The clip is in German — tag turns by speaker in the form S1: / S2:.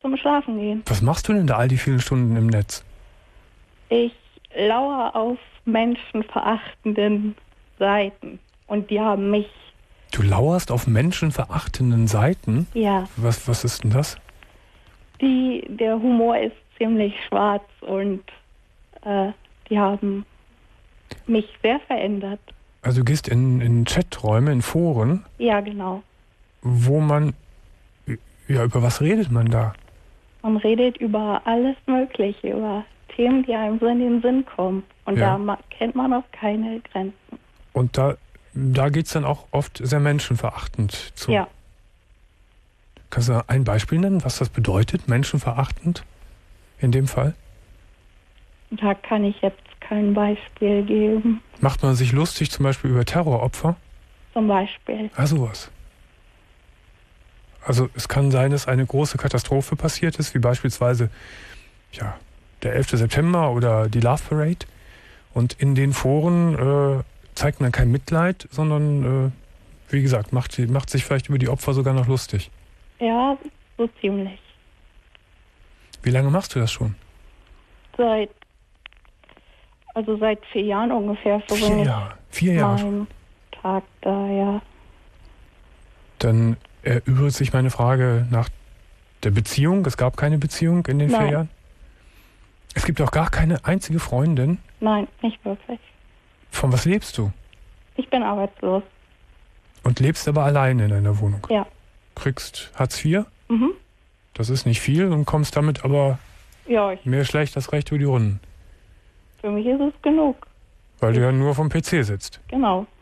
S1: zum Schlafen gehen.
S2: Was machst du denn da all die vielen Stunden im Netz?
S1: Ich lauere auf menschenverachtenden Seiten und die haben mich,
S2: Du lauerst auf menschenverachtenden Seiten?
S1: ja,
S2: Was, was ist denn das?
S1: die, der Humor ist ziemlich schwarz und äh, die haben mich sehr verändert.
S2: Also du gehst in, in Chaträume, in Foren,
S1: Ja, genau.
S2: wo man... Ja, über was redet man da?
S1: Man redet über alles Mögliche, über Themen, die einem so in den Sinn kommen. Und
S2: Ja.
S1: da ma- kennt man auch keine Grenzen.
S2: Und da, da geht es dann auch oft sehr menschenverachtend zu.
S1: Ja.
S2: Kannst du ein Beispiel nennen, was das bedeutet, menschenverachtend? In dem Fall?
S1: Da kann ich jetzt kein Beispiel geben.
S2: Macht man sich lustig zum Beispiel über Terroropfer?
S1: Zum Beispiel.
S2: Ah, sowas. Also es kann sein, dass eine große Katastrophe passiert ist, wie beispielsweise ja, der 11. September oder die Love Parade. Und in den Foren äh, zeigt man kein Mitleid, sondern, äh, wie gesagt, macht, die- macht sich vielleicht über die Opfer sogar noch lustig.
S1: Ja, so ziemlich.
S2: Wie lange machst du das schon?
S1: Seit, also seit vier Jahren ungefähr verbringe
S2: Vier
S1: ich
S2: Jahre. Vier Jahre schon.
S1: meinen Tag da, ja.
S2: Dann erübrigt sich meine Frage nach der Beziehung. Es gab keine Beziehung in den vier
S1: Nein.
S2: Jahren. Es gibt auch gar keine einzige Freundin.
S1: Nein, nicht wirklich.
S2: Von was lebst du?
S1: Ich bin arbeitslos.
S2: Und lebst aber alleine in einer Wohnung.
S1: Ja.
S2: Kriegst Hartz IV,
S1: Mhm.
S2: das ist nicht viel und kommst damit aber
S1: Ja, ich,
S2: mehr schlecht als recht über die Runden,
S1: für mich ist es genug.
S2: weil du ja nur vom PC sitzt.
S1: Genau.